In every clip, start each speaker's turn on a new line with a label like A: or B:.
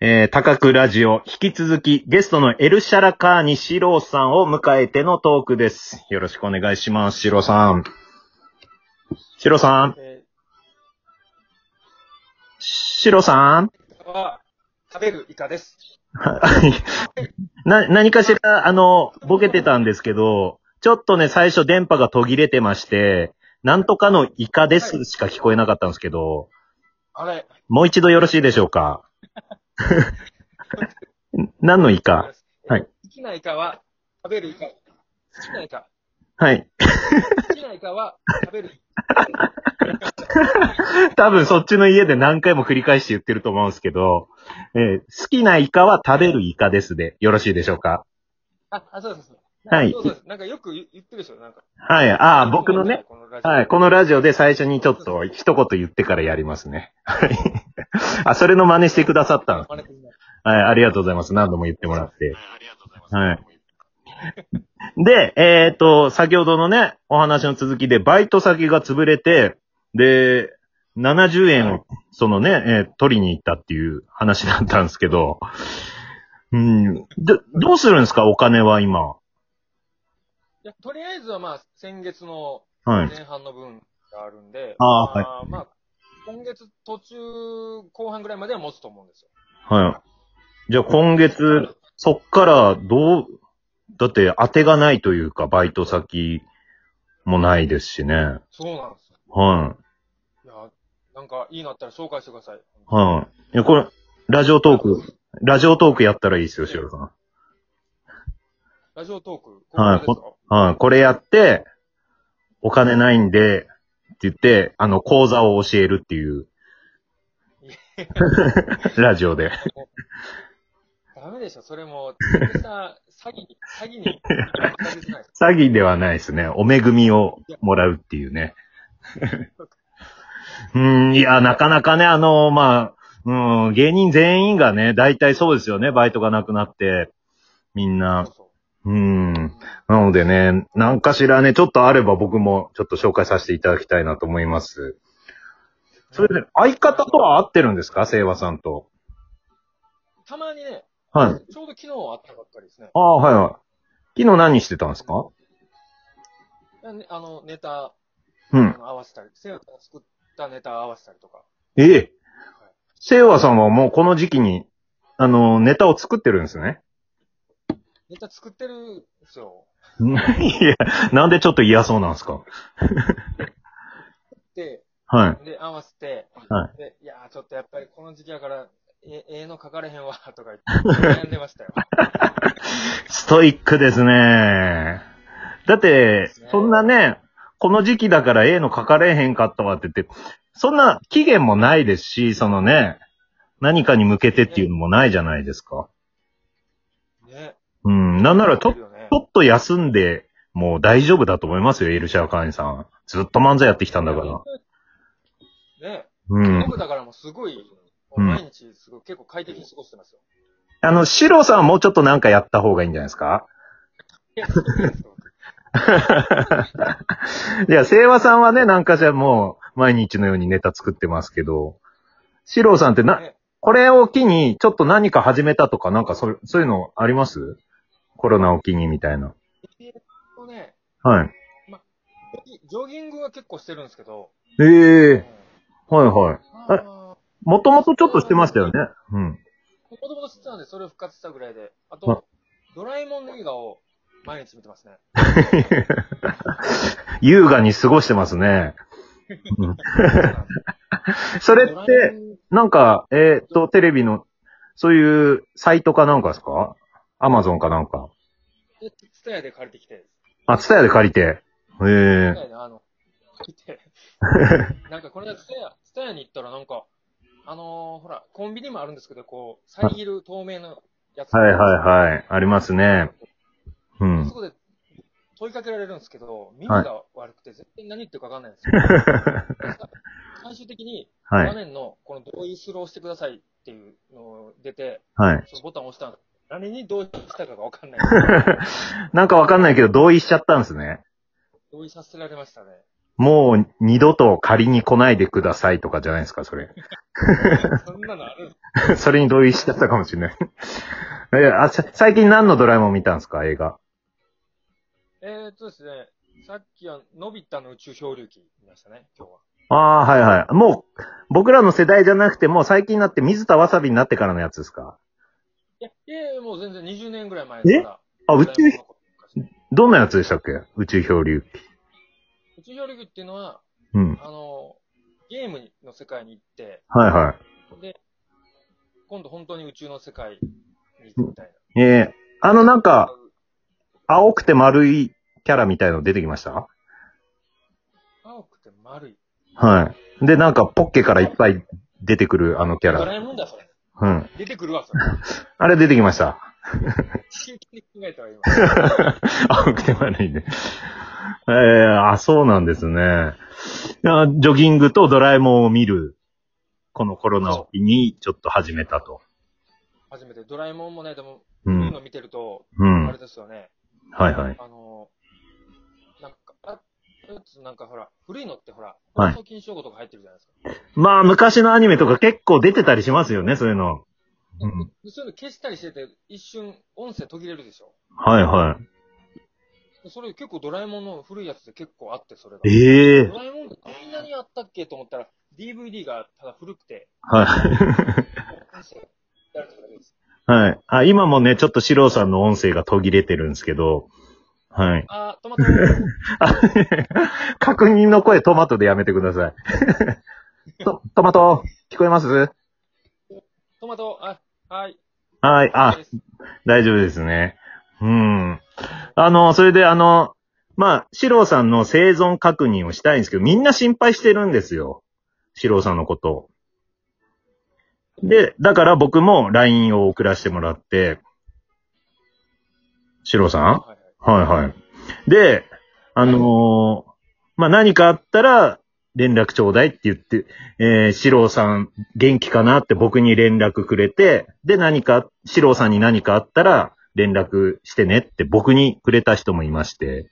A: えー、高くラジオ、引き続きゲストのエルシャラカーニシローさんを迎えてのトークです。よろしくお願いします、シローさん。シローさん、
B: え
A: シローさん。
B: ー、は、食べるイカです。
A: な、何かしら、あの、ボケてたんですけど、ちょっとね、最初電波が途切れてまして、なんとかのイカですしか聞こえなかったんですけど、
B: あれ、
A: もう一度よろしいでしょうか 何のイカはい。
B: 好きなイカは、食べるイカ。好きなイ カ。
A: はい。
B: 好きなイカは、食べるイ
A: 多分そっちの家で何回も繰り返して言ってると思うんですけど、えー好きなイカは食べるイカですで、よろしいでしょうか
B: カ。あ、あ、そうですそうです。
A: はい
B: そうそうです。なんかよく言言ってるでしょ、なんか。
A: はい。ああ、僕のね、
B: このラジオ。
A: はい。このラジオで最初にちょっと一言言ってからやりますね。はい。あ、それの真似してくださったの。
B: 真似てみます
A: はい。ありがとうございます。何度も言ってもらって。
C: ありがとうございます
A: はい。 で、えっ、と、先ほどのね、お話の続きで、バイト先が潰れて、で、70円を、そのね、えー取りに行ったっていう話だったんですけど、うん、ど、どうするんですか、お金は今。
B: いや、とりあえずはまあ、先月の
A: はい。
B: 前半の分があるんで、
A: あー
B: まあ、まあ、今月途中、後半ぐらいまでは持つと思うんですよ。
A: はい。じゃあ今月、そっからどう、だって当てがないというか、バイト先もないですしね。
B: そうなんですよ。
A: はい
B: や、なんか、いいのあったら紹介してください。
A: い。はい。いや、これ、ラジオトーク、ラジオトークやったらいいですよ、しおさん。
B: ラジオトーク、
A: はい
B: ここからですか
A: はい、これやって、お金ないんで、って言って、あの、講座を教えるっていう。ラジオで。
B: ダメでしょ、それも、ちょっとした詐欺に、詐欺に、全く出てないです
A: 詐欺ではないですね。お恵みをもらうっていうね。うん、いや、なかなかね、あの、まあ、うん、芸人全員がね、大体そうですよね、バイトがなくなって、みんな
B: そう。そう
A: うん。なのでね、何かしらね、ちょっとあれば僕もちょっと紹介させていただきたいなと思います。それで、相方とは合ってるんですか聖和さんと。
B: たまにね、
A: はい。
B: ちょうど昨日あったばっかりですね。
A: ああ、はいはい。昨日何してたんですか
B: ねあの、ネタ、
A: う
B: あ
A: ん。
B: の合わせたり、セアが作ったネタ合わせたりとか。
A: ええ。聖和さんはもうこの時期に、あの、ネタを作ってるんですね。
B: ネタ作ってるんですよ。
A: いや、なんでちょっと嫌そうなんですか
B: で、
A: はい。
B: で、合わせて、、
A: はい
B: で、いやー、ちょっとやっぱりこの時期やから、え、ええの書かれへんわ、 とか言って、悩んでましたよ。
A: ストイックですね。だって、そんなね、この時期だから A の書かれへんかったわって言って、そんな期限もないですし、そのね、何かに向けてっていうのもないじゃないですか。
B: ね。
A: うん、なんならちょ、
B: 作
A: ち
B: ってるよね
A: ょっと休んで、もう大丈夫だと思いますよ、エルシャーカーニさん。ずっと漫才やってきたんだから。
B: ね。
A: うん。
B: 僕だからもうすごい、も
A: う
B: う
A: ん
B: 毎日すごい、結構快適に過ごしてますよ。
A: あの、シロさんはもうちょっとなんかやった方がいいんじゃないですか
B: いや、そうです よ
A: いや、聖和さんはね、なんかじゃもう、毎日のようにネタ作ってますけど、シロさんってな、
B: ね
A: これを機に、ちょっと何か始めたとか、なんかそうそういうのありますコロナを機にみたいな。
B: そうね、
A: はい。
B: ジョギングは結構してるんですけど、
A: え
B: う
A: え
B: ん
A: はいはい。
B: まあ
A: もともとちょっとしてましたよね。うん。
B: もともと知ってたんで、それを復活したぐらいで。あ
A: あ
B: と、ドラえもんの映画を毎日見てま すね。
A: 優雅に過ごしてますね。それっ
B: ドラえ
A: て、
B: もん
A: なんか、えーっと、テレビの、そういうサイトかなんかですかアマゾンかなんか。
B: で、ツタヤで借りてきて、
A: あ、ツタヤで借りて。ええ
B: ツタヤであの、借り て、なんかこれだツタヤ、ツタヤに行ったらなんか、あのーほら、コンビニもあるんですけど、こう、遮る透明のやつ。
A: はいはいはい。ありますね。う
B: い
A: ん
B: そ。こで問いかけられるんですけど、耳が悪くて絶対何言ってるかわかんないんですよ。 最終的に、
A: は
B: 画
A: い。
B: 面のこの同意スローしてくださいっていうの出て、
A: はい。
B: そのボタンを押したの。何に同意したかがわか んない。
A: なんかわかんないけど、同意しちゃったんですね。
B: 同意させられましたね。
A: もう二度と借りに来ないでくださいとかじゃないですか、それ。
B: そんなのある
A: それに同意しちゃったかもしれない。 いやあさ最近何のドラえもん見たんですか映画。
B: えーっとですね、さっきは、のび太の宇宙漂流記見ましたね、今日は。
A: ああ、はいはい。もう、僕らの世代じゃなくて、もう最近になって水田わさびになってからのやつですか
B: いや、いやいやもう全然20年ぐらい前から。
A: あ、宇宙、
B: ドラえもんのこと昔
A: どんなやつでしたっけ宇宙漂流。
B: 宇宙漂流記っていうのは、
A: うん。
B: あの、ゲームの世界に行って、
A: はいは
B: で、今度本当に宇宙の世界に行くみたいな。
A: い。ええあのなんか、青くて丸いキャラみたいの出てきました
B: 青くて丸い。
A: はい。で、なんかポッケからいっぱい出てくるあのキャ
B: ドラ
A: ラ。
B: えもんだ、それ。
A: うん。
B: 出てくるわ、それ。
A: あれ出てきました。
B: 真剣に考えたわ、今。
A: 青くて丸いね。ええあ、そうなんですね。あジョギングとドラえもんを見る、このコロナを機にちょっと始めたと。
B: 初めて。ドラえもんもね、で
A: う。
B: も、こういうんの見てると、
A: う
B: あ
A: ん
B: れ。ですよね。
A: はいはい。
B: あの、なんか、あなんかほら、古いのってほら、
A: は
B: 放
A: い
B: 送禁止用語とか入ってるじゃないですか。
A: まあ、昔のアニメとか結構出てたりしますよね、そういうの。うん。
B: でそういうの消したりしてて、一瞬音声途切れるでしょ。
A: はいは
B: でそれ結構ドラえもんの古いやつで結構あって、それが。
A: い。ええ
B: ドラえもんってこんなにあったっけと思ったら、DVD がただ古くて、
A: はい。
B: 音声やるだけです。
A: はい。あ、今もね、ちょっとシローさんの音声が途切れてるんですけど、はい。
B: あー、トマトー。
A: あ確認の声トマトでやめてください。 とトマト、聞こえます
B: トマト、あ、はい。
A: はい。あ、
B: です
A: 大丈夫ですね。うん。あの、それであの、まあ、シローさんの生存確認をしたいんですけど、みんな心配してるんですよ。シローさんのことを。で、だから僕も LINE を送らせてもらって、シローさん
B: はいはい
A: はいはい。で、あのーまあ、何かあったら、連絡ちょうだいって言って、えー、シローさん元気かなって僕に連絡くれて、で、何か、シローさんに何かあったら、連絡してねって僕にくれた人もいまして、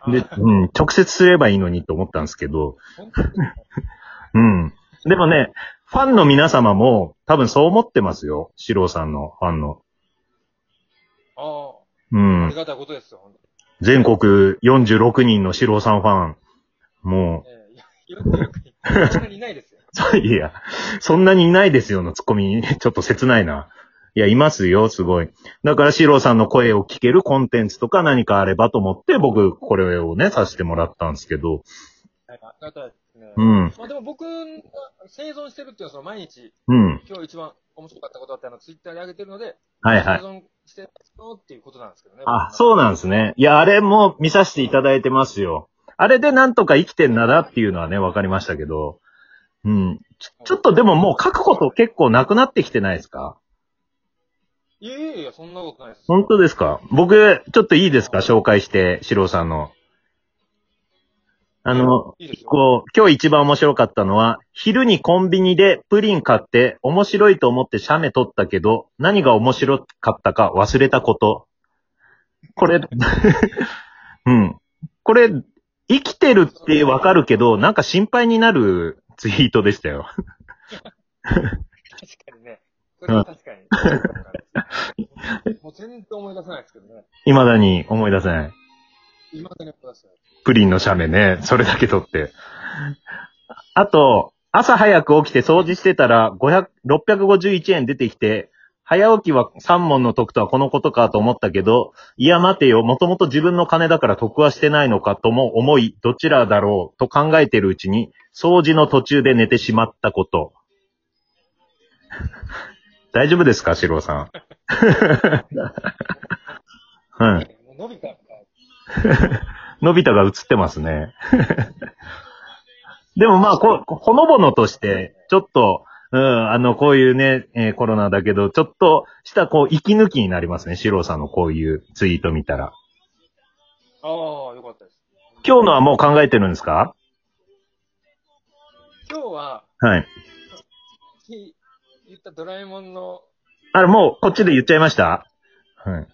B: あ
A: で
B: ー、
A: うん、直接すればいいのにと思ったんですけど、
B: 本当ですか
A: うん。でもね、ファンの皆様も多分そう思ってますよ。シローさんのファンの。
B: あ
A: う
B: ー、あ
A: ん
B: り。がたいことですよ、本
A: 全国46人のシローさんファン。もう、
B: 当に。えーいやいるっていうかそんなにいないですよ。
A: そう いや、そんなにいないですよのツッコミ、 ちょっと切ないな。いや、いますよ、すごい。だから、シローさんの声を聞けるコンテンツとか何かあればと思って、僕、これをね、させてもらったんですけど。
B: はいありがたいですね。
A: うん、
B: まあでも僕が生存してるっていうのはその毎日、
A: うん。
B: 今日一番面白かったことだったのツイッターで上げてるので、
A: はいはい。
B: 生存してるっていうことなんですけどね。
A: あ、そうなんですね。いや、あれも見させていただいてますよ。あれでなんとか生きてんならっていうのはね、わかりましたけど。うん。ちょ、ちょっとでももう書くこと結構なくなってきてないですか
B: いやいやいや、そんなことないです。
A: 本当ですか僕、ちょっといいですか紹介して、シローさんの。あの、
B: いいですよ。
A: こう、今日一番面白かったのは、昼にコンビニでプリン買って、面白いと思って写メ撮ったけど、何が面白かったか忘れたこと。これ、 うん。これ、生きてるってわかるけど、なんか心配になるツイートでしたよ。
B: 確かにね。それは確かに。もう全然思い出せないですけどね。
A: 未だに思い出せない。
B: 今だに思い出せない。
A: プリンの写メね、それだけ撮って。あと、朝早く起きて掃除してたら、500 651円出てきて、早起きは3問の得とはこのことかと思ったけど、いや待てよ、もともと自分の金だから得はしてないのかとも思い、どちらだろうと考えてるうちに、掃除の途中で寝てしまったこと。大丈夫ですか、シローさん。 うん。
B: もう伸びたみたい
A: のび太が映ってますね。 でもまあこ、ほのぼのとして、ちょっと、うん、あの、こういうね、えーコロナだけど、ちょっとした、こう、息抜きになりますね。シローさんのこういうツイート見たら。
B: な。ああ、よかったです。
A: 今日のはもう考えてるんですか
B: 今日は、
A: はい。
B: き言ったドラえもんの、
A: あれ、もう、こっちで言っちゃいましたはい。
B: いや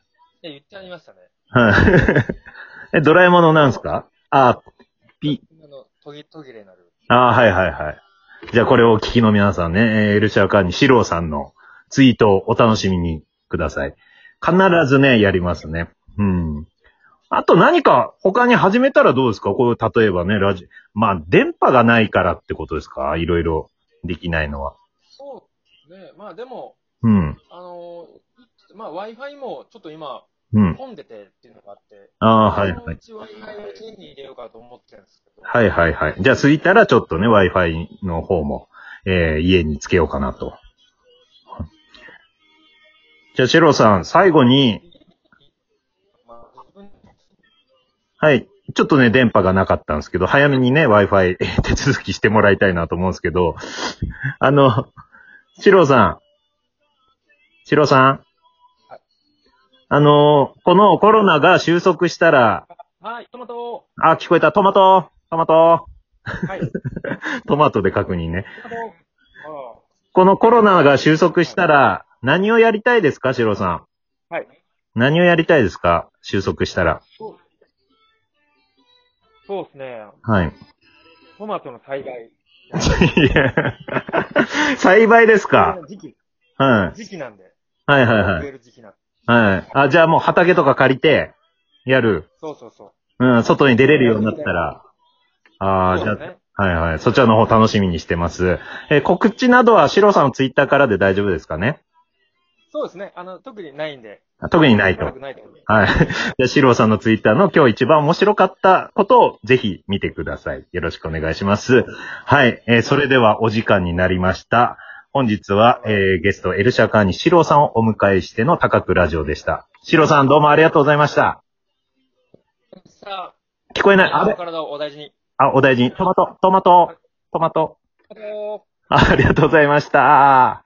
B: 言ってありましたね。
A: はい。 え、ドラえもんのなんですかあ、ピ、
B: あの、途切途切れなる。
A: あーはいはいはい。じゃあこれをお聞きの皆さんね、えーエルシャーカーニシローさんのツイートをお楽しみにください。必ずね、やりますね。うん。あと何か他に始めたらどうですかこう、例えばね、ラジ、まあ、電波がないからってことですかいろいろできないのは。
B: そうね。まあでも、
A: うん。
B: あのーまあ Wi-Fi もちょっと今、
A: うん。
B: 混んでてっていうのがあって、
A: ああ、はい
B: そ
A: は
B: のう
A: い。
B: ち Wi-Fi を手に入れようかと思ってるんですけど、
A: はいはいはい。じゃあ、過ぎたらちょっとね、Wi-Fi の方も、えー家につけようかなと。じゃあ、シローさん、最後に、
B: まあ自分、
A: はい。ちょっとね、電波がなかったんですけど、早めにね、Wi-Fi えー手続きしてもらいたいなと思うんですけど、あの、シローさん。シローさん
B: はい。
A: あの、このコロナが収束したら、
B: はい、トマト
A: あ、聞こえた、トマトトマト
B: はい、ト
A: トマトで確認ね。
B: マトあ
A: このコロナが収束したら、何をやりたいですか、シローさん。
B: あはい。
A: 何をやりたいですか収束したら。
B: そうそうですね。
A: はい。
B: トマトの栽培。
A: いや 栽培ですか
B: 時期、
A: はい。
B: 時期なんで。
A: はいはいはい
B: 植。える時期なんで。
A: はい。あ、じゃあもう畑とか借りて、やる。
B: そうそうそう。
A: うん、外に出れるようになったら。ああ、じ
B: そうだ
A: ゃ
B: ね。
A: あ、はいはい。そちらの方楽しみにしてます。えー告知などはシロさんのツイッターからで大丈夫ですかね
B: そうですね。あの、特にないんで。
A: あ特にないと。
B: 悪くないと思う
A: はい。 じゃあ、シローさんのツイッターの今日一番面白かったことをぜひ見てください。よろしくお願いします。はい。えーそれではお時間になりました。本日は、えーゲスト、エルシャカーニシローさんをお迎えしての高くラジオでした。シローさんどうもありがとうございました。
B: さ
A: 聞こえ
B: あ、
A: ない。あれ
B: お体をお大事に。
A: あ、お大事に。トマト、トマト、トマト。
B: あのー
A: あありがとうございました。